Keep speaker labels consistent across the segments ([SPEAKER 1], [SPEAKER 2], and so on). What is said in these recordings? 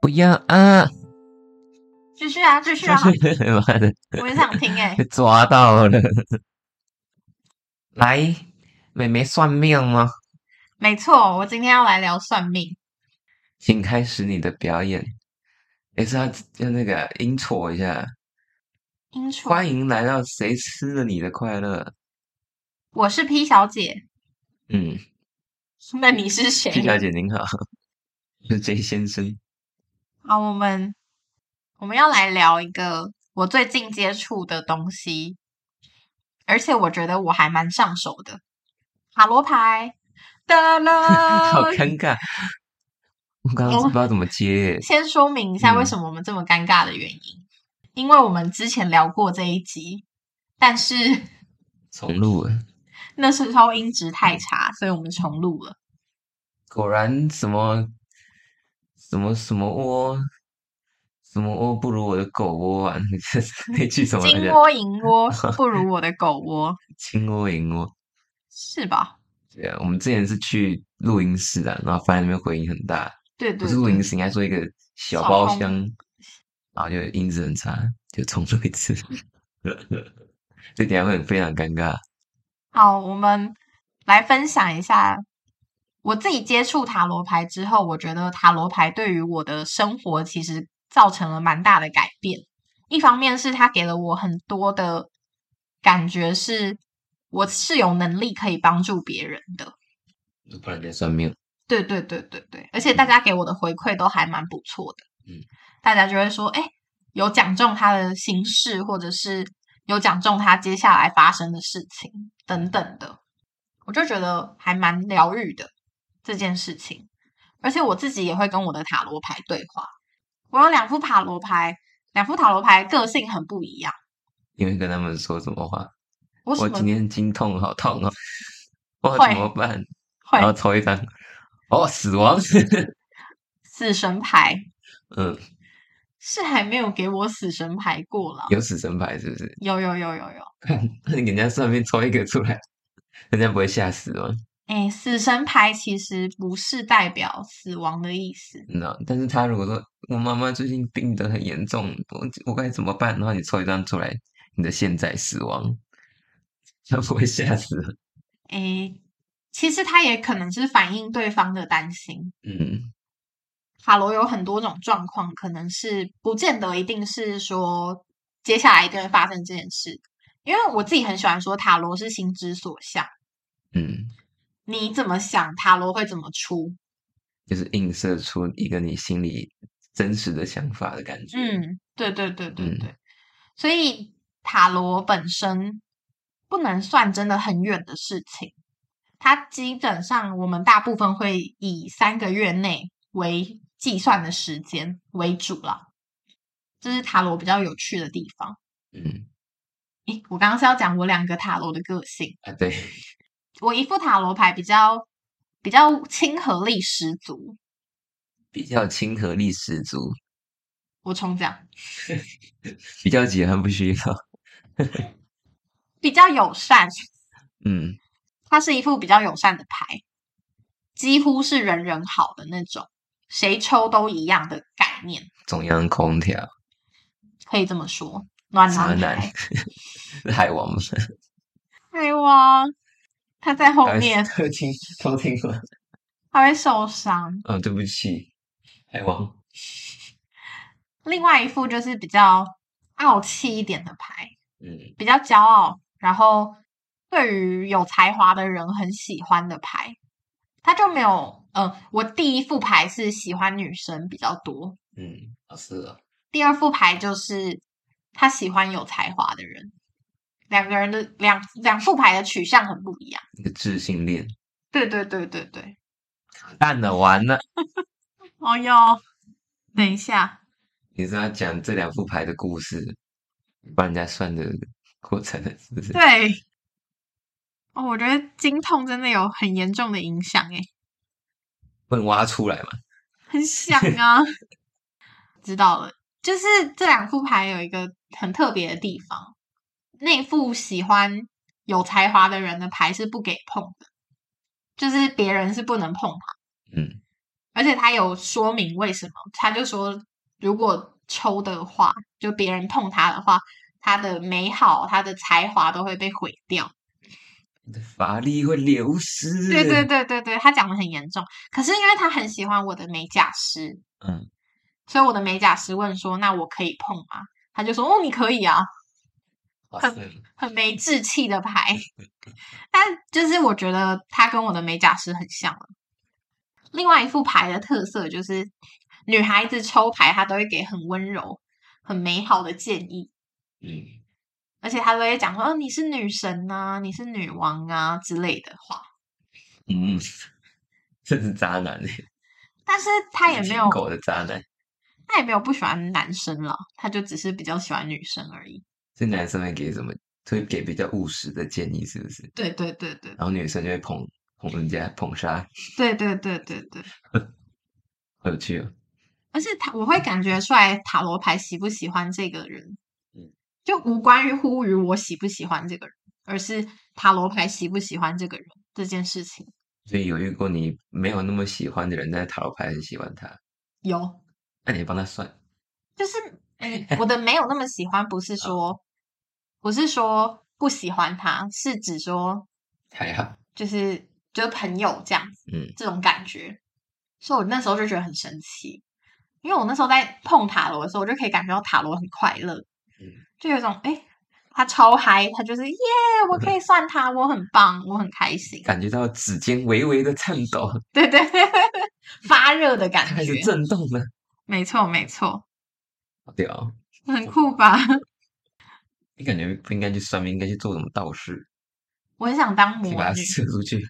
[SPEAKER 1] 不要啊！
[SPEAKER 2] 继续啊，继续啊，
[SPEAKER 1] 妈的，
[SPEAKER 2] 我也想听哎、
[SPEAKER 1] 被抓到了！来，妹妹算命吗？
[SPEAKER 2] 没错，我今天要来聊算命。
[SPEAKER 1] 请开始你的表演。也是要要那个 intro 一下，
[SPEAKER 2] 英楚，
[SPEAKER 1] 欢迎来到《谁吃了你的快乐》。
[SPEAKER 2] 我是 P 小姐，
[SPEAKER 1] 嗯
[SPEAKER 2] 那你是谁
[SPEAKER 1] ，P 小姐您好， 我是 J 先生。
[SPEAKER 2] 好，啊我们我们要来聊一个我最近接触的东西，而且我觉得我还蛮上手的，塔罗牌。哒啦！
[SPEAKER 1] 好尴尬，我刚刚不知道怎么接。
[SPEAKER 2] 先说明一下
[SPEAKER 1] 嗯
[SPEAKER 2] 为什么我们这么尴尬的原因，因为我们之前聊过这一集，但是
[SPEAKER 1] 重录了，
[SPEAKER 2] 那时候音质太差，所以我们重录了。
[SPEAKER 1] 果然什么什么什么窝，什么窝不如我的狗窝啊！ 那句什么来
[SPEAKER 2] 金
[SPEAKER 1] 着？
[SPEAKER 2] 窝银 窝不如我的狗窝，
[SPEAKER 1] 青窝银窝。
[SPEAKER 2] 是吧？
[SPEAKER 1] 对啊，我们之前是去录音室的，然后发现那边回音很大，
[SPEAKER 2] 对对
[SPEAKER 1] 不是录音
[SPEAKER 2] 对，
[SPEAKER 1] 室，应该说一个小
[SPEAKER 2] 小
[SPEAKER 1] 包
[SPEAKER 2] 空
[SPEAKER 1] 厢，然后就音质很差，就重录一次。 这等一下会非常尴尬。
[SPEAKER 2] 好，我们来分享一下我自己接触塔罗牌之后，我觉得塔罗牌对于我的生活其实造成了蛮大的改变。一方面是它给了我很多的感觉是，我是有能力可以帮助别人的。
[SPEAKER 1] 不然在算命，
[SPEAKER 2] 对对对对对，而且大家给我的回馈都还蛮不错的。
[SPEAKER 1] 嗯，
[SPEAKER 2] 大家就会说，哎，有讲中他的心事，或者是有讲中他接下来发生的事情等等的，我就觉得还蛮疗愈的这件事情。而且我自己也会跟我的塔罗牌对话，我有两副塔罗牌，两副塔罗牌个性很不一样。
[SPEAKER 1] 你会跟他们说什么话？
[SPEAKER 2] 我什
[SPEAKER 1] 我
[SPEAKER 2] 么
[SPEAKER 1] 今天经痛，好痛哦！我
[SPEAKER 2] 会
[SPEAKER 1] 怎么办？然后
[SPEAKER 2] 会
[SPEAKER 1] 抽一张，哦，死亡。
[SPEAKER 2] 死神牌
[SPEAKER 1] 嗯，
[SPEAKER 2] 是还没有给我死神牌过了，
[SPEAKER 1] 有死神牌是不是？
[SPEAKER 2] 有有有有有。
[SPEAKER 1] 那你给人家算命抽一个出来，人家不会吓死吗？
[SPEAKER 2] 哎，死神牌其实不是代表死亡的意思，
[SPEAKER 1] 你知道？嗯但是他如果说我妈妈最近病得很严重，我我该怎么办？然后你抽一张出来，你的现在死亡，他不会吓死吗。
[SPEAKER 2] 哎，其实它也可能是反映对方的担心。
[SPEAKER 1] 嗯，
[SPEAKER 2] 塔罗有很多种状况，可能是不见得一定是说接下来一定会发生这件事，因为我自己很喜欢说塔罗是心之所向，
[SPEAKER 1] 嗯，
[SPEAKER 2] 你怎么想，塔罗会怎么出。
[SPEAKER 1] 就是映射出一个你心里真实的想法的感觉。
[SPEAKER 2] 嗯，对对对对
[SPEAKER 1] 嗯
[SPEAKER 2] 对，所以塔罗本身不能算真的很远的事情，它基本上我们大部分会以三个月内为计算的时间为主啦，这是塔罗比较有趣的地方。
[SPEAKER 1] 嗯
[SPEAKER 2] 诶，我刚刚是要讲我两个塔罗的个性，
[SPEAKER 1] 啊，对，
[SPEAKER 2] 我一副塔罗牌比较比较亲和力十足，
[SPEAKER 1] 比较亲和力十足，
[SPEAKER 2] 我重讲，
[SPEAKER 1] 比较级还不需要。
[SPEAKER 2] 比较友善，
[SPEAKER 1] 嗯，
[SPEAKER 2] 它是一副比较友善的牌，几乎是人人好的那种，谁抽都一样的概念，
[SPEAKER 1] 中央空调，
[SPEAKER 2] 可以这么说。暖
[SPEAKER 1] 渣
[SPEAKER 2] 男
[SPEAKER 1] 男
[SPEAKER 2] 牌，，
[SPEAKER 1] 海王 吗？
[SPEAKER 2] 哎哇，他在后 面
[SPEAKER 1] 偷听偷听吗？
[SPEAKER 2] 他会受伤。
[SPEAKER 1] 嗯，对不起，海王。
[SPEAKER 2] 另外一副就是比较傲气一点的牌，
[SPEAKER 1] 嗯
[SPEAKER 2] 比较骄傲，然后对于有才华的人很喜欢的牌，他就没有。呃，我第一副牌是喜欢女生比较多，
[SPEAKER 1] 嗯，老师啊，
[SPEAKER 2] 第二副牌就是他喜欢有才华的人，两个人的两两副牌的取向很不一样。
[SPEAKER 1] 那个智性恋，
[SPEAKER 2] 对对对对对，
[SPEAKER 1] 蛋了，完了。
[SPEAKER 2] 哦哟，等一下，
[SPEAKER 1] 你是要讲这两副牌的故事，帮人家算的过程，是不是？
[SPEAKER 2] 对，哦，我觉得经痛真的有很严重的影响欸诶，
[SPEAKER 1] 不能挖出来嘛？
[SPEAKER 2] 很想啊。 知道了，就是这两副牌有一个很特别的地方，那副喜欢有才华的人的牌是不给碰的，就是别人是不能碰它。
[SPEAKER 1] 嗯，
[SPEAKER 2] 而且他有说明为什么，他就说如果抽的话，就别人碰他的话，他的美好、他的才华都会被毁掉。
[SPEAKER 1] 你的法力会流失。
[SPEAKER 2] 对对，对对对，他讲的很严重。可是因为他很喜欢我的美甲师，
[SPEAKER 1] 嗯，
[SPEAKER 2] 所以我的美甲师问说：“那我可以碰吗？”他就说：“哦，你可以啊。”
[SPEAKER 1] 哇
[SPEAKER 2] 很
[SPEAKER 1] 塞，
[SPEAKER 2] 很没志气的牌。但就是我觉得它跟我的美甲师很像了。另外一副牌的特色就是，女孩子抽牌，她都会给很温柔、很美好的建议，
[SPEAKER 1] 嗯，
[SPEAKER 2] 而且她都会讲说：“哦，你是女神啊，你是女王啊”之类的话。
[SPEAKER 1] 嗯， 这是渣男欸，
[SPEAKER 2] 但是她也
[SPEAKER 1] 一
[SPEAKER 2] 没
[SPEAKER 1] 群
[SPEAKER 2] 有，
[SPEAKER 1] 狗的渣男，
[SPEAKER 2] 她也没有不喜欢男生了，她就只是比较喜欢女生而已。
[SPEAKER 1] 这男生会给什么？会给比较务实的建议，是不是？
[SPEAKER 2] 对对对对
[SPEAKER 1] 然后女生就会捧捧人家捧杀，
[SPEAKER 2] 对对对对对。
[SPEAKER 1] 好有趣哦。
[SPEAKER 2] 而且他我会感觉出来塔罗牌喜不喜欢这个人，
[SPEAKER 1] 嗯
[SPEAKER 2] 就无关于乎于我喜不喜欢这个人，而是塔罗牌喜不喜欢这个人这件事情。
[SPEAKER 1] 所以有遇过你没有那么喜欢的人，但是塔罗牌很喜欢他，
[SPEAKER 2] 有，
[SPEAKER 1] 那你帮他算，
[SPEAKER 2] 就是 嗯，我的没有那么喜欢，不是说不是说不喜欢他，是指说
[SPEAKER 1] 还好，
[SPEAKER 2] 就是就是朋友这样子，
[SPEAKER 1] 嗯，
[SPEAKER 2] 这种感觉。所以我那时候就觉得很神奇，因为我那时候在碰塔罗的时候，我就可以感觉到塔罗很快乐，
[SPEAKER 1] 嗯
[SPEAKER 2] 就有一种哎、诶他超嗨，他就是耶，我可以算他，我很棒，我很开心，
[SPEAKER 1] 感觉到指尖微微的颤抖，
[SPEAKER 2] 对对 对，发热的感
[SPEAKER 1] 开
[SPEAKER 2] 觉
[SPEAKER 1] 始，震动了，
[SPEAKER 2] 没错没错，
[SPEAKER 1] 好屌哦！
[SPEAKER 2] 很酷吧？
[SPEAKER 1] 你感觉不应该去算命，应该去做什么道士，
[SPEAKER 2] 我很想当
[SPEAKER 1] 去
[SPEAKER 2] 魔
[SPEAKER 1] 把它
[SPEAKER 2] 女，
[SPEAKER 1] 射出 去，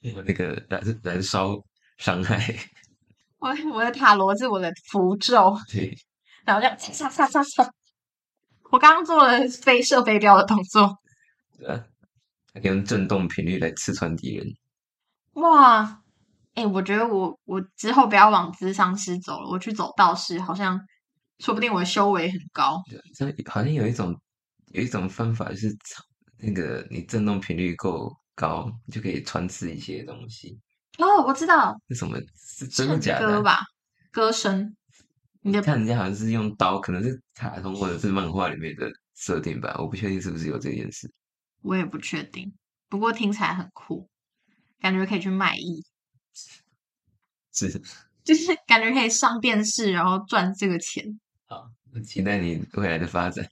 [SPEAKER 1] 那个燃燃烧伤害，
[SPEAKER 2] 我我的塔罗是我的符咒，
[SPEAKER 1] 对，
[SPEAKER 2] 然后这样擦擦擦擦擦，我刚刚做了飞射飞镖的动作，
[SPEAKER 1] 呃，它可以用震动频率来刺穿敌人，
[SPEAKER 2] 哇，哎、我觉得我我之后不要往咨商师走了，我去走道士，好像说不定我的修为很高。
[SPEAKER 1] 对这样好像有一种有一种方法就是那个你震动频率够高，你就可以穿刺一些东西。
[SPEAKER 2] 哦，我知道，
[SPEAKER 1] 是什么？是真的
[SPEAKER 2] 唱
[SPEAKER 1] 假的
[SPEAKER 2] 歌
[SPEAKER 1] 啊？
[SPEAKER 2] 吧，歌声，你的
[SPEAKER 1] 看人家好像是用刀，可能是卡通或者是漫画里面的设定吧，我不确定是不是有这件事。
[SPEAKER 2] 我也不确定，不过听起来很酷，感觉可以去卖艺，
[SPEAKER 1] 是，
[SPEAKER 2] 就是感觉可以上电视，然后赚这个钱。
[SPEAKER 1] 好，很期待你未来的发展，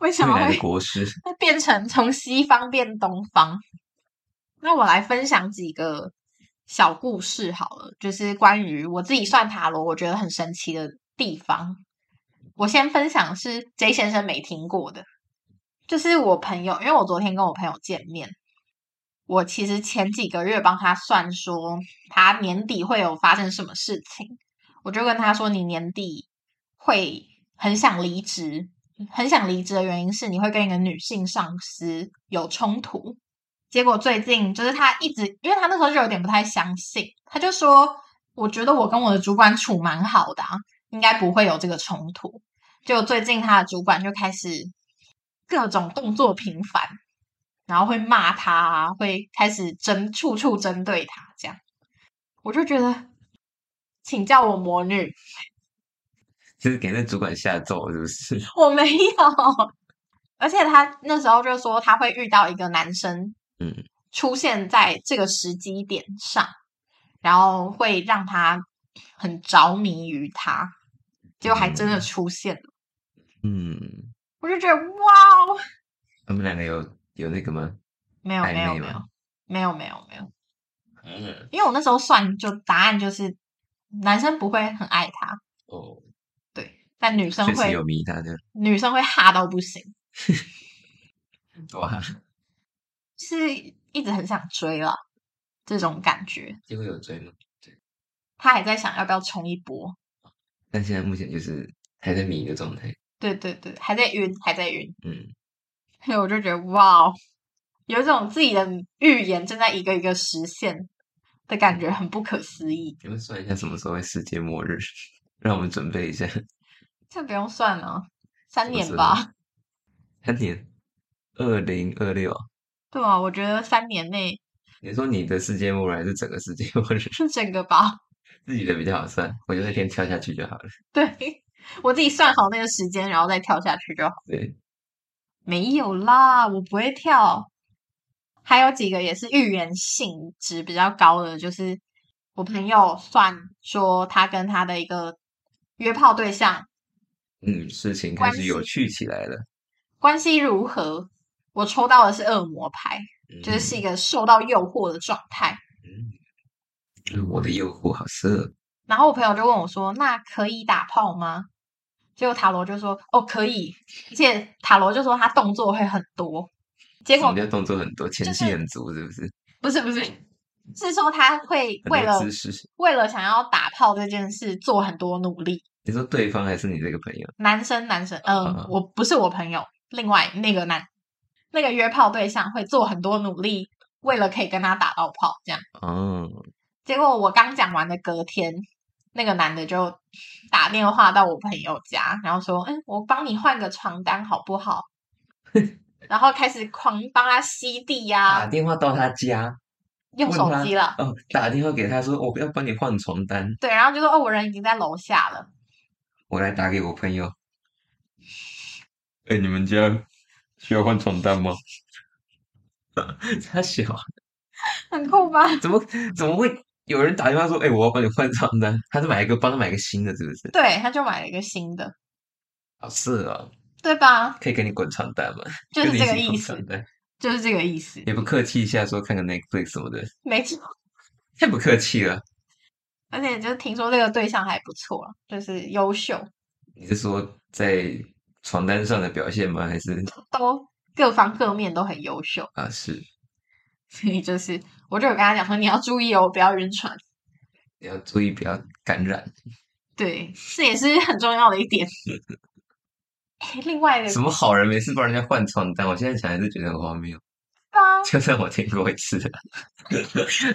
[SPEAKER 2] 为什
[SPEAKER 1] 未
[SPEAKER 2] 么
[SPEAKER 1] 来
[SPEAKER 2] 会
[SPEAKER 1] 的国师。
[SPEAKER 2] 会变成从西方变东方。那我来分享几个小故事好了，就是关于我自己算塔罗，我觉得很神奇的地方。我先分享是 J 先生没听过的，就是我朋友，因为我昨天跟我朋友见面，我其实前几个月帮他算说他年底会有发生什么事情，我就跟他说你年底会很想离职，很想离职的原因是你会跟一个女性上司有冲突。结果最近就是他一直，因为他那时候就有点不太相信，他就说：“我觉得我跟我的主管处蛮好的、啊，应该不会有这个冲突。”就最近他的主管就开始各种动作频繁，然后会骂他、啊，会开始针处处针对他，这样我就觉得，请叫我魔女，
[SPEAKER 1] 就是给那主管下咒，是不是？
[SPEAKER 2] 我没有。而且他那时候就说他会遇到一个男生，
[SPEAKER 1] 嗯，
[SPEAKER 2] 出现在这个时机点上，然后会让他很着迷于他，结果还真的
[SPEAKER 1] 嗯
[SPEAKER 2] 出现了，
[SPEAKER 1] 嗯，
[SPEAKER 2] 我就觉得哇哦，
[SPEAKER 1] 他们两个有有那个吗？
[SPEAKER 2] 没有
[SPEAKER 1] 暧
[SPEAKER 2] 没有
[SPEAKER 1] 昧
[SPEAKER 2] 没有
[SPEAKER 1] 吗
[SPEAKER 2] 没有没有没有，
[SPEAKER 1] 嗯，
[SPEAKER 2] 因为我那时候算就答案就是男生不会很爱他，
[SPEAKER 1] 哦，
[SPEAKER 2] 对，但女生
[SPEAKER 1] 确实
[SPEAKER 2] 会
[SPEAKER 1] 有迷他的，
[SPEAKER 2] 女生会哈到不行，
[SPEAKER 1] 哇，
[SPEAKER 2] 就是一直很想追了这种感觉。
[SPEAKER 1] 结果有追吗？
[SPEAKER 2] 他还在想要不要冲一波。
[SPEAKER 1] 但现在目前就是还在迷的状态。
[SPEAKER 2] 对对对，还在晕，还在晕。
[SPEAKER 1] 嗯，
[SPEAKER 2] 所以我就觉得哇哦，有一种自己的预言正在一个一个实现的感觉，很不可思议。
[SPEAKER 1] 你们算一下什么时候会世界末日， 让我们准备一下。
[SPEAKER 2] 这不用算了，三
[SPEAKER 1] 什么
[SPEAKER 2] 年
[SPEAKER 1] 时候
[SPEAKER 2] 吧。
[SPEAKER 1] 三年，二零二六。
[SPEAKER 2] 对啊，我觉得三年内
[SPEAKER 1] 你说你的世界末日还是整个世界末日？
[SPEAKER 2] 是整个吧。
[SPEAKER 1] 自己的比较好算，我就那天跳下去就好了。
[SPEAKER 2] 对我自己算好那个时间，然后再跳下去就好。
[SPEAKER 1] 对，
[SPEAKER 2] 没有啦，我不会跳。还有几个也是预言性质比较高的，就是我朋友算说他跟他的一个约炮对象
[SPEAKER 1] 嗯，事情开
[SPEAKER 2] 关
[SPEAKER 1] 始有
[SPEAKER 2] 系
[SPEAKER 1] 趣起来了，
[SPEAKER 2] 关系如何，我抽到的是恶魔牌，就是是一个受到诱惑的状态。
[SPEAKER 1] 嗯我的诱惑好
[SPEAKER 2] 嗯
[SPEAKER 1] 色，
[SPEAKER 2] 然后我朋友就问我说：“那可以打炮吗？”结果塔罗就说：“哦，可以。”而且塔罗就说他动作会很多。结
[SPEAKER 1] 什
[SPEAKER 2] 果
[SPEAKER 1] 么叫动作很多，前
[SPEAKER 2] 就
[SPEAKER 1] 戏
[SPEAKER 2] 是
[SPEAKER 1] 很足，是不是？
[SPEAKER 2] 不是不是，是说他会为
[SPEAKER 1] 很多
[SPEAKER 2] 了
[SPEAKER 1] 姿势，
[SPEAKER 2] 为了想要打炮这件事做很多努力。
[SPEAKER 1] 你说对方还是你这个朋友？
[SPEAKER 2] 男生男生，嗯、
[SPEAKER 1] 嗯嗯
[SPEAKER 2] 我不是我朋友，另外那个男那个约炮对象会做很多努力，为了可以跟他打到炮这样。
[SPEAKER 1] 哦，
[SPEAKER 2] 结果我刚讲完的隔天，那个男的就打电话到我朋友家，然后说：“嗯，我帮你换个床单好 不好？”然后开始狂帮他吸地呀、
[SPEAKER 1] 打电话到他家，
[SPEAKER 2] 用
[SPEAKER 1] 啊问
[SPEAKER 2] 手
[SPEAKER 1] 他
[SPEAKER 2] 机了。
[SPEAKER 1] 哦，打电话给他说，我要帮你换床单，
[SPEAKER 2] 对，然后就说：“哦，我人已经在楼下了。
[SPEAKER 1] 我来打给我朋友。哎、你们家需要换床单吗？ 他小，”
[SPEAKER 2] 很酷吧？
[SPEAKER 1] 怎么怎么会有人打电话说，哎、我要帮你换床单？他是买一个，帮他买一个新的，是不是？
[SPEAKER 2] 对，他就买了一个新的，
[SPEAKER 1] 好色哦，
[SPEAKER 2] 对吧？
[SPEAKER 1] 可以给你滚床单吗？
[SPEAKER 2] 就
[SPEAKER 1] 跟你
[SPEAKER 2] 是这
[SPEAKER 1] 一
[SPEAKER 2] 个
[SPEAKER 1] 起滚
[SPEAKER 2] 意思
[SPEAKER 1] 床，单，
[SPEAKER 2] 就是这个意思，
[SPEAKER 1] 也不客气一下说看个 Netflix 什么的，
[SPEAKER 2] 没错。
[SPEAKER 1] 太不客气了。
[SPEAKER 2] 而且就是听说这个对象还不错啊，就是优秀，
[SPEAKER 1] 你是说在床单上的表现吗？还是
[SPEAKER 2] 都各方各面都很优秀。
[SPEAKER 1] 啊是
[SPEAKER 2] 所以就是，我就有跟他讲说，你要注意哦，不要晕船。
[SPEAKER 1] 你要注意不要感染？
[SPEAKER 2] 对，这也是很重要的一点。哎另外的
[SPEAKER 1] 什么好人没事帮人家换床单？我现在想还是觉得很荒谬，
[SPEAKER 2] 吧，
[SPEAKER 1] 就算我听过一次，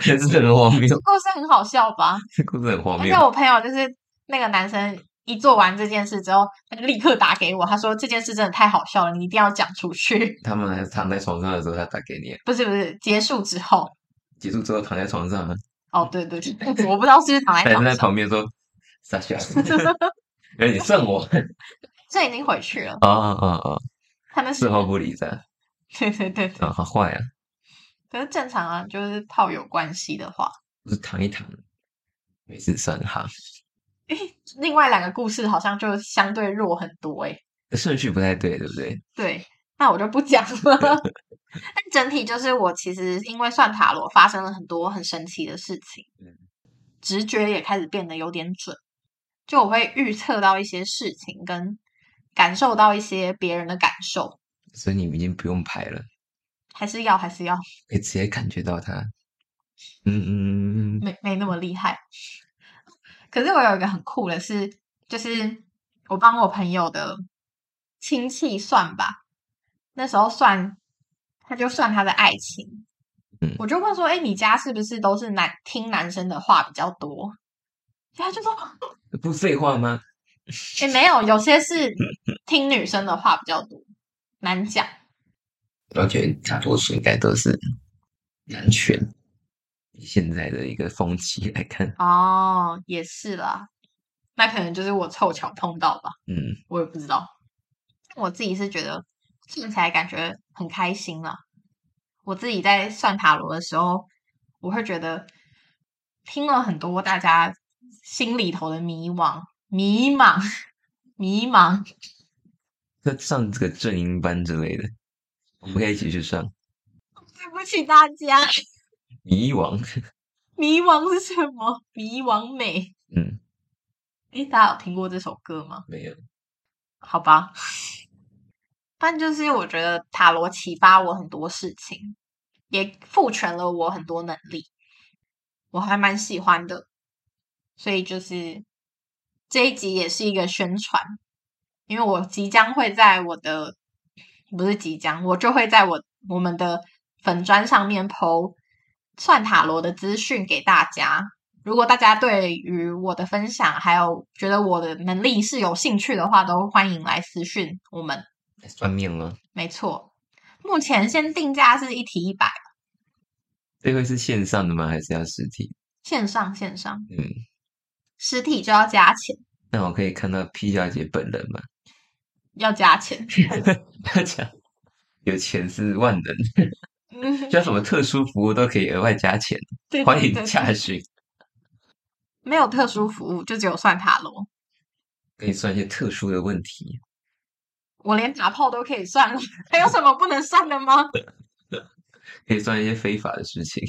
[SPEAKER 1] 还是很荒谬，
[SPEAKER 2] 故事很好笑吧？
[SPEAKER 1] 这故事很荒
[SPEAKER 2] 而
[SPEAKER 1] 谬
[SPEAKER 2] 且。我朋友就是那个男生，一做完这件事之后，他就立刻打给我，他说这件事真的太好笑了，你一定要讲出去。
[SPEAKER 1] 他们还躺在床上的时候，他打给你，啊
[SPEAKER 2] 不是不是，结束之后，
[SPEAKER 1] 结束之后躺在床上，啊
[SPEAKER 2] 哦对对对， 我不知道是不是躺在
[SPEAKER 1] 他也是
[SPEAKER 2] 床
[SPEAKER 1] 在
[SPEAKER 2] 上，
[SPEAKER 1] 旁边说傻笑， 原来你算我
[SPEAKER 2] 这已经回去了。
[SPEAKER 1] 啊啊啊！
[SPEAKER 2] 他们是
[SPEAKER 1] 事后不理的
[SPEAKER 2] 对对对对，
[SPEAKER 1] 啊，好坏啊，
[SPEAKER 2] 可是正常啊，就是炮友关系的话，
[SPEAKER 1] 就是躺一躺，没事算了哈。
[SPEAKER 2] 另外两个故事好像就相对弱很多诶、欸
[SPEAKER 1] 顺序不太对，对不对？
[SPEAKER 2] 对，那我就不讲了。但整体就是我其实因为算塔罗发生了很多很神奇的事情
[SPEAKER 1] 嗯，
[SPEAKER 2] 直觉也开始变得有点准，就我会预测到一些事情，跟感受到一些别人的感受，
[SPEAKER 1] 所以你已经不用排了，
[SPEAKER 2] 还是要还是要
[SPEAKER 1] 可以直接感觉到它。嗯嗯嗯嗯，
[SPEAKER 2] 没没那么厉害。可是我有一个很酷的是，就是我帮我朋友的亲戚算吧，那时候算，他就算他的爱情。
[SPEAKER 1] 嗯
[SPEAKER 2] 我就问说：“哎、你家是不是都是男听男生的话比较多？”他就说
[SPEAKER 1] 嗯不废话吗？：“
[SPEAKER 2] 哎、没有，有些是听女生的话比较多，难讲。
[SPEAKER 1] 我觉得大多数应该都是男权。以现在的一个风气来看，”
[SPEAKER 2] 哦，也是啦，那可能就是我凑巧碰到吧。
[SPEAKER 1] 嗯，
[SPEAKER 2] 我也不知道。我自己是觉得算起来感觉很开心了。我自己在算塔罗的时候，我会觉得听了很多大家心里头的迷惘、迷茫、迷茫。
[SPEAKER 1] 那上这个正音班之类的，我们可以一起去上。
[SPEAKER 2] 对不起大家，
[SPEAKER 1] 迷惘，
[SPEAKER 2] 迷惘是什么？迷惘美。
[SPEAKER 1] 嗯，
[SPEAKER 2] 诶，大家有听过这首歌吗？
[SPEAKER 1] 没有，
[SPEAKER 2] 好吧， 但就是我觉得塔罗启发我很多事情，也赋权了我很多能力，我还蛮喜欢的。所以就是这一集也是一个宣传，因为我即将会在我的不是即将，我就会在我我们的粉砖上面 PO 算塔罗的资讯给大家。如果大家对于我的分享，还有觉得我的能力是有兴趣的话，都欢迎来私讯我们。
[SPEAKER 1] 算命了。
[SPEAKER 2] 没错，目前先定价是一题一百，
[SPEAKER 1] 这会是线上的吗？还是要实体？
[SPEAKER 2] 线上线上。
[SPEAKER 1] 嗯，
[SPEAKER 2] 实体就要加钱，
[SPEAKER 1] 那我可以看到 P 小姐本人吗？
[SPEAKER 2] 要加钱。
[SPEAKER 1] 不要讲，有钱是万能，
[SPEAKER 2] 嗯，
[SPEAKER 1] 像什么特殊服务都可以额外加钱，
[SPEAKER 2] 对
[SPEAKER 1] 欢
[SPEAKER 2] 对
[SPEAKER 1] 迎
[SPEAKER 2] 对
[SPEAKER 1] 洽询。
[SPEAKER 2] 没有特殊服务，就只有算塔罗。
[SPEAKER 1] 可以算一些特殊的问题，
[SPEAKER 2] 我连打炮都可以算了，还有什么不能算的吗？
[SPEAKER 1] 可以算一些非法的事情，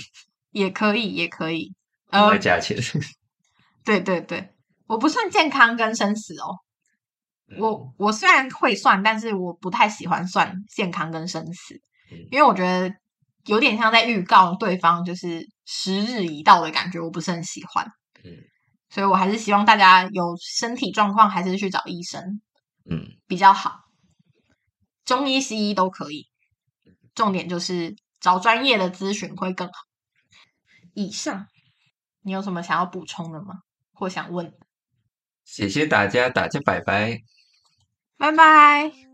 [SPEAKER 2] 也可以，也可以。
[SPEAKER 1] 额
[SPEAKER 2] 呃
[SPEAKER 1] 外，加钱。
[SPEAKER 2] 对对对，我不算健康跟生死哦。我我虽然会算，但是我不太喜欢算健康跟生死
[SPEAKER 1] 嗯，
[SPEAKER 2] 因为我觉得有点像在预告对方就是时日已到的感觉，我不是很喜欢。
[SPEAKER 1] 嗯
[SPEAKER 2] 所以我还是希望大家有身体状况还是去找医生
[SPEAKER 1] 嗯，
[SPEAKER 2] 比较好，中医西医都可以，重点就是找专业的咨询会更好。以上，你有什么想要补充的吗？或想问的？
[SPEAKER 1] 谢谢大家，大家拜拜。
[SPEAKER 2] 拜拜。